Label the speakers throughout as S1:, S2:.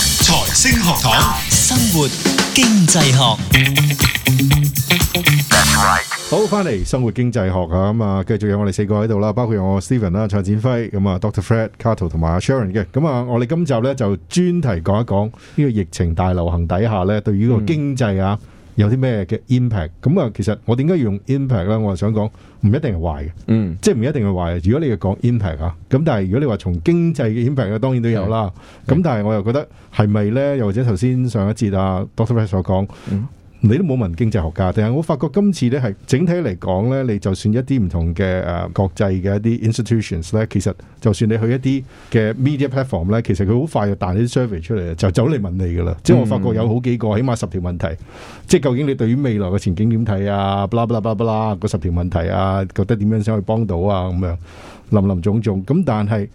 S1: 星學堂，
S2: 生活經濟學，
S3: 好，翻嚟生活經濟學啊，咁啊，繼續有我哋四個喺度啦，包括有我 Steven 啦、蔡展輝，咁啊 Doctor Fred、Cato 同埋阿 Sharon 嘅，咁啊，我哋今集咧就專題講一講呢個疫情大流行底下咧，對於呢個經濟啊有啲咩嘅 impact。咁啊，其實我點解要用 impact 咧？我係想講唔一定係壞嘅，
S4: 嗯，
S3: 即係唔一定係壞嘅。如果你要講 impact 啊，咁但係如果你話從經濟嘅 impact 咧，當然都有啦。咁但係我又覺得係咪咧？又或者頭先上一節啊 Doctor Fred 所講。你都冇問經濟學家，但係我發覺今次咧係整體嚟講咧，你就算一啲唔同嘅誒、呃、國際嘅一啲 institutions 咧，其實就算你去一啲嘅 media platform 咧，其實佢好快就彈啲 survey 出嚟，就走嚟問你噶啦。即係我發覺有好幾個，起碼十條問題，即係究竟你對於未來嘅前景點睇啊？blah blah blah blah 嗰十條問題啊，覺得點樣先可以幫到啊？咁樣林林總總咁，但係。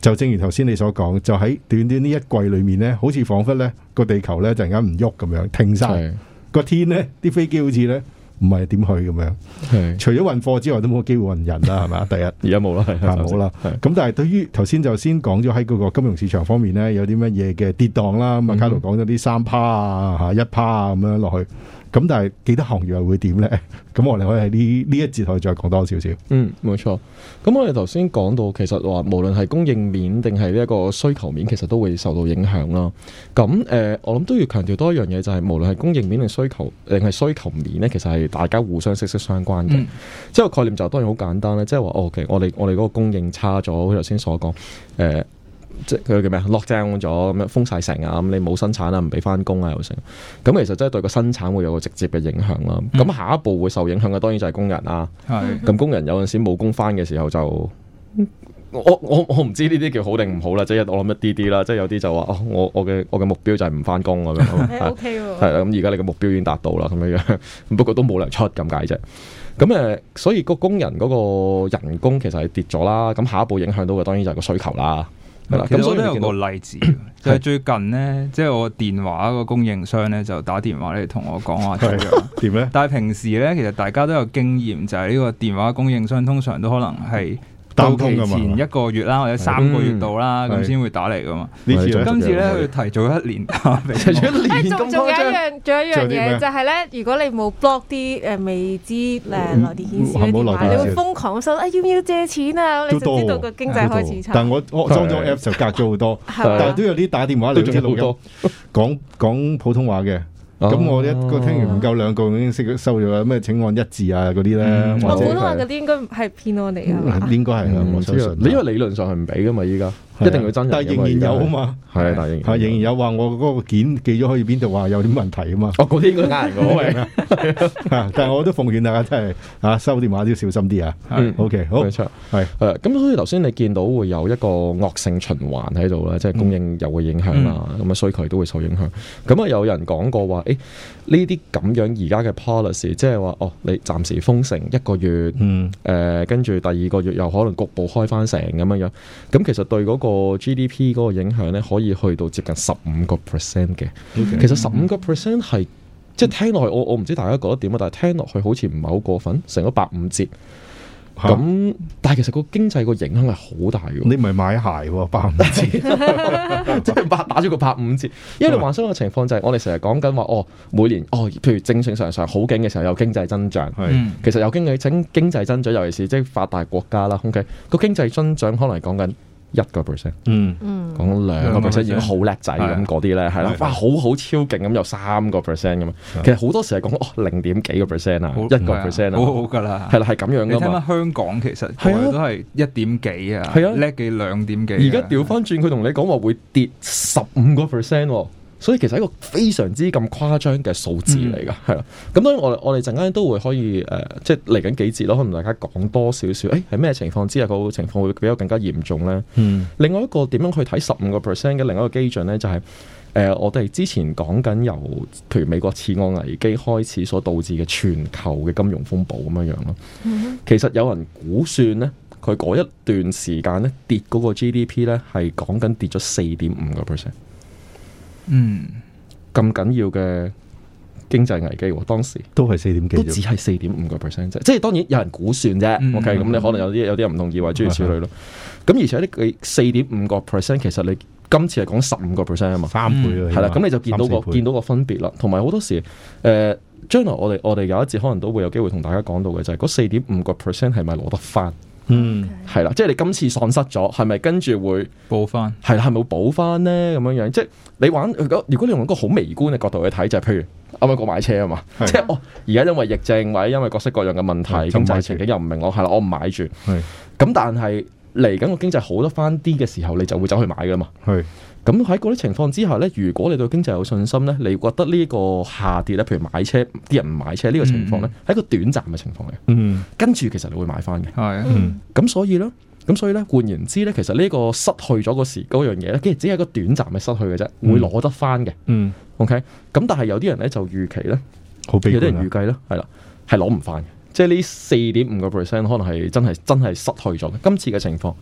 S3: 就正如頭先你所講，就喺短短呢一季裏面咧，好似彷彿咧個地球咧突然間唔喐咁樣，停晒。
S4: 係
S3: 個天咧，啲飛機好似咧唔係點去咁樣。
S4: 係，
S3: 除咗運貨之外，都冇機會運人啦，係咪啊？第一。
S4: 而家冇啦， 係
S3: 啊冇啦，
S4: 係
S3: 咁但係對於頭先就先講咗喺嗰個金融市場方面咧，有啲乜嘢嘅跌宕啦，咁啊卡度講咗啲三趴啊、嚇一趴啊咁樣落去，咁但係幾多行業又會點咧？ 咁我哋可以喺呢呢一節可以再講多少少。
S4: 嗯，冇錯。咁我哋頭先講到，其實話無論係供應面定係呢一個需求面，其實都會受到影響啦。咁誒、呃我諗都要強調多一樣嘢，就係、無論係供應面定需求定係需求面咧，其實係大家互相息息相關嘅。即係個概念就當然好簡單啦，即係話哦，OK，我哋我哋嗰個供應差咗，好似頭先所講誒。呃即係佢叫咩啊？lock down 咗咁樣封晒城啊！咁你冇生產啊，唔俾翻工啊，又成。咁其實真係對個生產會有個直接嘅影響啦。咁、下一步會受影響嘅當然就係工人啊。
S1: 係
S4: 咁工人有陣時冇工翻嘅時候就。我我我唔知呢啲叫好定唔好啦，即係我諗一啲啲啦，即係有啲就話哦，我我嘅我嘅目標就係唔翻工咁樣，
S5: 誒
S3: 啊
S4: 係啊
S5: 哎 OK 喎，
S4: 係啦，咁而家你嘅目標已經達到啦，咁樣樣， 不過都冇糧出咁解啫。咁誒、呃所以個工人嗰個人工其實係跌咗啦，咁下一步影響到嘅當然就係個需求啦，係啦。
S1: 其
S4: 咁
S1: 實
S4: 所
S1: 我
S4: 以
S1: 都有
S4: 你見到
S1: 個例子， 就係最近咧，即係我電話個供應商咧就打電話嚟同我講話做咗。
S3: 點咧？
S1: 但係平時咧，其實大家都有經驗，就係、呢個電話供應商通常都可能係到
S3: 擔
S1: 期
S3: 通㗎
S1: 前
S3: 嘛
S1: 一個月啦，或者三個月到啦，
S3: 嗯
S1: 咁先會打嚟噶嘛。
S3: 呢次
S4: 係
S3: 咧
S4: 咁
S1: 今次咧，佢提 早一年打俾
S4: 提咗
S1: 我。
S4: 一
S5: 誒
S4: 年
S5: 哎
S4: 咁
S5: 仲仲有一
S4: 誇張，
S5: 樣，仲
S3: 仲
S5: 有一
S3: 有
S5: 樣
S3: 啲咩
S5: 嘢就係咧，如果你冇 block 啲誒未知誒來電顯示
S3: 嗯
S5: 嘅
S3: 冇
S5: 電
S3: 來
S5: 話，
S3: 電
S5: 你
S3: 顯
S5: 會
S3: 示
S5: 瘋狂咁收，啊要唔要借錢啊？你
S3: 都
S5: 就知道
S3: 多
S5: 個經濟開始
S3: 都多
S5: 差，
S3: 但我我裝咗 app 就隔咗好多，但係
S5: 係
S3: 都有啲打電話
S4: 啊都
S3: 嚟
S4: 仲
S3: 即係
S4: 有好
S3: 錄
S4: 多
S3: 音。講講普通話嘅。
S4: 哦
S3: 咁我一個聽完唔夠兩個已經識收咗啦，咩請按一字啊嗰啲咧
S1: 嗯，
S5: 嘛？我
S3: 或
S5: 本
S3: 者
S5: 來嗰啲應該唔係騙我哋啊嘛
S3: 嗯。應該係啦，
S4: 唔
S3: 我
S4: 知
S3: 相信。
S4: 啊你因為理論上係唔俾噶嘛，依家一定要真人
S3: 但
S4: 㗎嘛，
S3: 係仍然有啊
S4: 嘛，
S3: 嘛，
S4: 係啊，但係仍
S3: 係
S4: 然，
S3: 仍然有話我嗰個件寄咗去邊度話有啲問題啊嘛
S4: 哦，嗰啲應該呃人嘅 喂，
S3: 但係我都奉勸大家真係啊收電話都要小心啲啊。
S4: 嗯
S3: OK，好
S4: 冇錯
S3: 係
S4: 係啦咁所以頭先你見到會有一個惡性循環喺度啦，即係供應又會影響啦，咁啊需求亦都會受影響。咁啊有人講過話，誒呢啲咁樣而家嘅 policy，即係話哦，你暫時封城一個月，
S3: 嗯
S4: 誒跟住第二個月又可能局部開翻城咁樣樣，咁其實對嗰個 GDP 嗰個影響咧，可以去到接近十五個 percent 嘅。其實十五個 percent 係即係聽落去，我我唔知大家覺得點啊，但係聽落去好似唔係好過分，成咗百五折。
S3: 嚇
S4: 咁但係其實個經濟個影響係好大嘅喎，
S3: 你唔係買鞋喎，百五折，
S4: 即係打打咗個八五折。因為你幻想個情況就係我哋成日講緊話，哦，每年哦，譬如正正常常好景嘅時候有經濟增長，
S3: 係
S1: 嗯
S4: 其實有經濟增經濟增長，尤其是即係發達國家啦，OK，個經濟增長可能係講緊。一個 percent，
S3: 嗯
S5: 嗯，
S4: 講兩個 percent 已經好叻仔咁
S1: 係
S4: 嗰啲咧，係啦
S3: 係，
S4: 哇，好好超勁咁有三個 percent 咁啊！其實好多時係講哦零點幾個 percent 啊，
S1: 好
S4: 一個 percent
S1: 好好
S4: 啊，
S1: 㗎啦。
S4: 係啦，係咁樣
S1: 你
S4: 噶
S1: 聽
S4: 嘛
S1: 翻。香港其實
S4: 係啊
S1: 個個都係一點幾啊，
S4: 係啊
S1: 叻幾兩點幾啊。
S4: 而家調翻轉，佢同你講話會跌十五個 percent 喎。所以其實係一個非常之咁誇張嘅數字嚟㗎，係啦、咁當然我哋我哋陣間都會可以誒、呃即係嚟緊幾節咯，可能大家講多少少，誒係咩情況之下個情況會比較更加嚴重咧？
S3: 嗯
S4: 另外一個點樣去睇十五個 percent 嘅另一個基準咧，就係、誒、我哋之前講緊由譬如美國次按危機開始所導致嘅全球嘅金融風暴咁樣樣咯。其實有人估算咧，佢嗰一段時間咧跌嗰個 GDP 咧係講緊跌咗四點五個 percent，
S1: 嗯，
S4: 咁緊要嘅經濟危機喎，當時。
S3: 都係四點幾
S4: 都只
S3: 啫。
S4: 係四點五個 percent 啫，即係當然有人估算啫。
S1: 嗯
S4: OK，咁
S1: 嗯
S3: 嗯
S4: 你可能有啲有啲人唔同意或者諸如此類咯。咁而且呢，佢四點五個 percent 其實你今次係講十五個 percent 啊嘛。
S3: 三倍啦，
S4: 係啦，咁你就見到
S3: 三四
S4: 個
S3: 倍
S4: 見到個分別啦。同埋好多時誒、呃，將來我哋我哋有一節可能都會有機會同大家講到嘅就係嗰四點五個 percent 係咪攞得翻？
S3: 嗯
S4: 係啦，即係你今次喪失咗，係咪跟住會
S1: 報翻。
S4: 係啦，係咪會補翻呢？咁樣樣即係你玩，如果如果你用一個好微觀嘅角度去睇，就係、譬如啱啱講買車啊嘛，
S3: 係
S4: 即係哦，而家因為疫症或者因為各式各樣嘅問題，
S3: 係就唔
S4: 經
S3: 買
S4: 濟
S3: 住
S4: 情景又唔明朗，係啦，我唔買住。
S3: 係
S4: 咁但係嚟緊個經濟好得翻啲嘅時候，你就會走去買噶嘛。
S3: 係
S4: 咁喺嗰啲情況之下呢，如果你對經濟有信心呢，你覺得呢個下跌呢，譬如買車啲人唔買車呢個情況呢，係一個短暫嘅情況嚟嘅，
S3: 嗯
S4: 跟住其實你會買翻嘅。
S1: 係
S3: 嗯
S4: 咁所以呢，咁所以呢，換言之呢，其實呢個失去咗嗰時嗰樣嘢呢，其實只係一個短暫嘅失去嘅啫，
S3: 嗯
S4: 會攞得翻嘅。
S3: 嗯，
S4: OK，咁但係有啲人呢，就預期呢，
S3: 好悲
S4: 有啲
S3: 觀
S4: 人
S3: 啊
S4: 預，計呢，係啦，係攞唔翻嘅。即係呢四點五個 percent 可能係真係真係失去咗嘅。今次嘅情況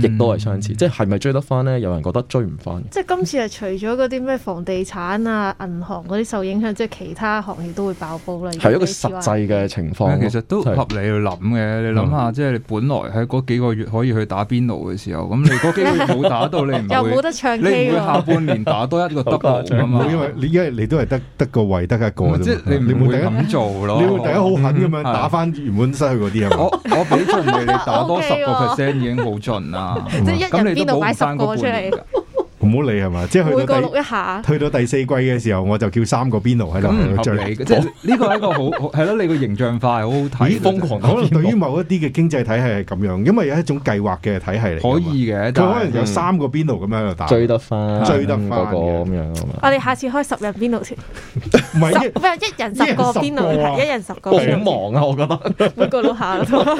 S4: 亦都係相似，即係係咪追得翻呢？有人覺得追唔翻嘅。
S5: 即係今次係除咗嗰啲咩房地產啊、銀行嗰啲受影響，即係其他行業都會爆煲啦。
S4: 係一個實際嘅情況
S1: 嗯
S4: 咯。
S1: 其實都合
S4: 係
S1: 理去諗嘅，你諗下，
S3: 嗯
S1: 即係你本來喺嗰幾個月可以去打邊爐嘅時候，咁你嗰幾個月冇打到，你唔
S5: 又冇
S1: 會，
S5: 得唱
S1: 你唔
S5: K
S1: 會下
S5: 喎，
S1: 半年打 多一個 double 㗎
S3: 唔
S1: 嘛啊
S3: 會，因為你因為你都係得得個位得一個啫嘛，
S1: 即係你唔
S3: 冇
S1: 會
S3: 第一
S1: 咁做咯。
S3: 你會大家好狠咁樣
S1: 嗯
S3: 打翻原本失去嗰啲啊
S1: 我
S3: 嘛，
S1: 我俾盡你，你打 多
S5: OK
S1: 十個
S5: 喎
S1: percent 已經好盡啦。
S5: 即係一
S1: 咁
S5: 日
S1: 你
S5: 邊
S1: 都補
S5: 度擺
S1: 唔
S5: 十
S1: 翻
S5: 個
S1: 嗰
S5: 出
S1: 半年
S5: 嚟
S1: 㗎，
S3: 唔好理係嘛，即係
S5: 每
S3: 去
S5: 個
S3: 到
S5: 錄
S3: 第
S5: 一下。
S3: 去到第四季嘅時候，我就叫三個邊爐喺
S1: 咁
S3: 度
S1: 唔合
S3: 追
S1: 理 嘅，即係呢個係一個好係咯，你個形象化係好好睇嘅，
S4: 咦瘋狂
S3: 可能對於某一啲嘅經濟體系係咁樣，因為有一種計劃嘅體系嚟㗎
S1: 可
S3: 嘛。
S1: 以嘅，但
S3: 佢可能
S1: 係
S3: 有三個邊爐咁樣喺度打，
S4: 追得翻，
S3: 追得返
S4: 嗰個
S3: 嘅
S4: 咁樣啊嘛。
S5: 我哋下次開十人邊 度先，
S3: 唔 係
S5: 十咩一人十個邊度
S3: 一人十個啊
S5: 係一人十個
S4: 我
S5: 邊爐，
S4: 好忙啊，我覺得。
S5: 每個錄下咯。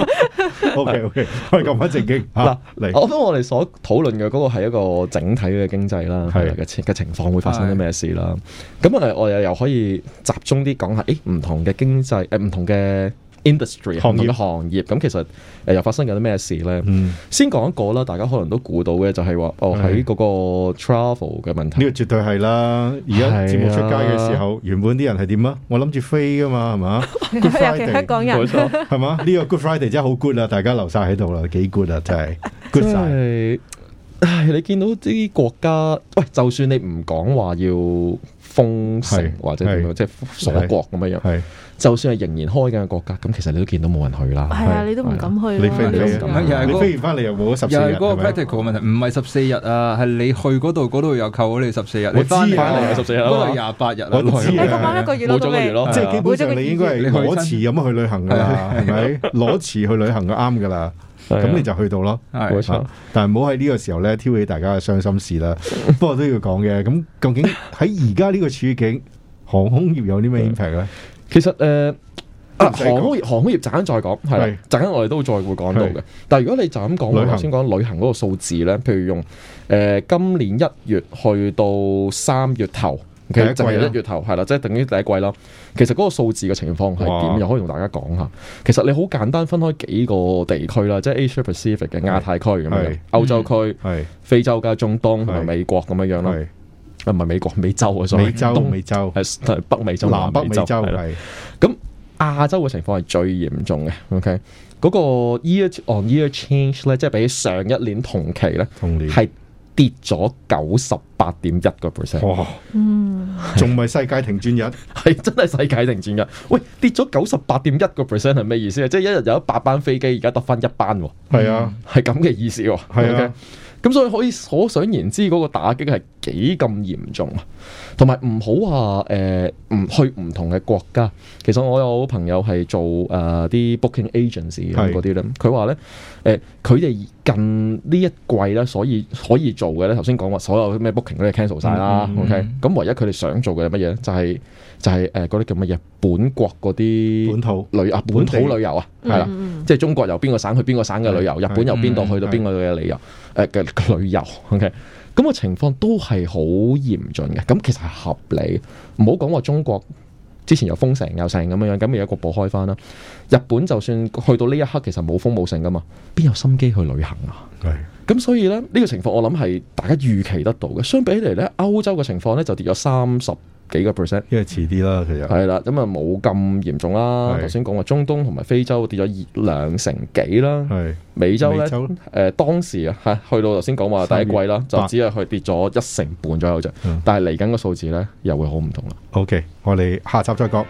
S3: O K O K，我哋撳翻正經嚇
S4: 嗱
S3: 啊嚟，
S4: 我覺得我哋所討論嘅嗰個係一個整體嘅經濟啦，
S3: 係
S4: 係嘅情嘅情況會發生啲咩事啦。咁我哋我哋又可以集中啲講下，誒唔同嘅經濟誒唔同嘅 industry
S3: 行業
S4: 唔同嘅行業，咁其實誒又發生緊啲咩事咧？
S3: 嗯，
S4: 先講一個啦，大家可能都估到嘅就係話，哦
S3: 係
S4: 喺嗰個 travel 嘅問題
S3: 呢。個絕對係啦。而
S4: 係
S3: 家
S4: 啊
S3: 節目出街嘅時候，原本啲人係點啊？我諗住飛噶嘛，係 嘛？Good
S5: 尤其香
S3: Friday
S5: 港人，
S4: 錯。
S3: 係嘛？呢個 Good Friday 真係好 good 啦，大家留晒喺度啦，幾 good 啊，真 係 good
S4: 真
S3: 晒。
S4: 係，唉！你見到啲國家，喂，就算你唔講話要封城
S3: 係
S4: 或者點
S3: 係
S4: 樣，即係鎖國咁樣樣，
S3: 係
S4: 就算係仍然開緊嘅國家，咁其實你都見到冇人去啦。
S5: 係啊，你都唔敢去
S3: 你
S5: 啦
S3: 飛唔
S5: 你
S3: 飛
S5: 都
S1: 唔敢
S5: 敢
S1: 又係
S3: 啊？
S1: 嗰
S3: 你
S1: 個
S3: 飛唔翻嚟又冇咗十四
S1: 又
S3: 日
S1: 係嗰
S3: 係
S1: 個
S3: 咪？哦
S1: practical 嘅問題，唔係十四日啊，係你去嗰度，嗰度又扣咗你十四日，
S3: 我
S1: 你
S3: 知
S1: 翻嚟
S3: 返
S4: 嚟係14日啊嘛
S1: 嗰度廿八日啊，
S3: 我知
S1: 去
S5: 你咁啱一個月咯，
S4: 冇咗個月咯
S3: 即係基本上你應該係
S1: 你去親啊
S3: 攞匙咁樣去旅行㗎啦，係咪？攞匙去旅行就啱㗎啦，咁你就去到咯。
S1: 係
S4: 冇錯
S3: 啊但係唔好喺呢個時候咧挑起大家嘅傷心事 啦。不過都要講嘅，咁究竟喺而家呢個處境，航空業有啲咩 impact 咧？
S4: 其實誒。呃啊，
S3: 唔使講
S4: 航空業航空業陣間再講，係
S3: 係
S4: 啦，陣間我哋都再會講到嘅
S3: 係。
S4: 但係如果你就咁講，
S3: 旅
S4: 我
S3: 行
S4: 頭先講旅行嗰個數字咧，譬如用誒、呃今年一月去到三月頭，
S3: 第
S4: 其
S3: 一季
S4: 實就
S3: 啦
S4: 係一月頭，係啦，即係等於第一季啦。其實嗰個數字嘅情況係
S3: 哇
S4: 點，又可以同大家講下。其實你好簡單分開幾個地區啦，即係 Asia Pacific 嘅亞太區咁
S3: 係
S4: 樣，歐洲區、
S3: 係
S4: 非洲加中東
S3: 係
S4: 同埋美國咁樣樣啦，
S3: 係
S4: 啊唔係美國美洲啊，所以
S3: 美洲、
S4: 東
S3: 美洲、
S4: 係係北美洲、
S3: 南北美洲
S4: 係啦
S3: 係
S4: 亞洲嘅情況係最嚴重嘅。OK，嗰個 year on year change 咧，即係比上一年同期咧
S3: 同年，
S4: 係跌咗九十八點一個 percent，
S3: 哇，
S5: 嗯，
S3: 仲咪世界停轉日？
S4: 係真係世界停轉㗎。喂，跌咗九十八點一個 percent 係咩意思啊？即係一日有一百班飛機，而家得翻一班喎，
S3: 係啊，
S4: 係咁嘅意思喎。
S3: 係
S4: OK？
S3: 啊，
S4: 咁所以可以可想而知嗰個打擊係幾咁嚴重啊！同埋唔好話誒唔去唔同嘅國家。其實我有朋友係做呃誒啲、booking agency 咁
S3: 係
S4: 嗰啲咧，佢話咧誒佢哋近呢一季咧，所以可以做嘅咧，頭先講話所有咩 booking 都係 cancel 晒啦。
S1: 嗯嗯
S4: OK，
S1: 嗯
S4: 咁唯一佢哋想做嘅係乜嘢咧？就係、就係誒嗰啲叫乜嘢？本國嗰
S3: 本
S4: 啲
S3: 土
S4: 旅啊，
S3: 本
S4: 本
S3: 地
S4: 土旅遊啊，係啦。
S5: 嗯，
S4: 即係中國由邊個省去邊個省嘅旅遊，
S3: 係
S4: 日本由邊度去到邊個嘅旅遊，誒嘅嘅旅遊，OK，咁個情況都係好嚴峻嘅，咁其實係合理，唔好講話中國。之前又封城又成咁樣樣，咁而家局部開翻啦。日本就算去到呢一刻，其實冇封冇城噶嘛，邊有心機去旅行啊？
S3: 係
S4: 咁所以咧，呢、個情況我諗係大家預期得到嘅。相比起嚟咧，歐洲嘅情況咧就跌咗三十幾個 percent。
S3: 因為遲啲啦，其實
S4: 係啦，咁啊冇咁嚴重啦。
S3: 係
S4: 頭先講話中東同埋非洲跌咗二兩成幾啦，
S3: 係
S4: 美洲咧
S3: 美洲
S4: 誒、當時啊嚇去到頭先講話第一季啦，
S3: 三月
S4: 就只係去跌咗一成半左右啫
S3: 嗯。
S4: 但係嚟緊個數字咧又會好唔同啦。
S3: OK，我哋下集再講。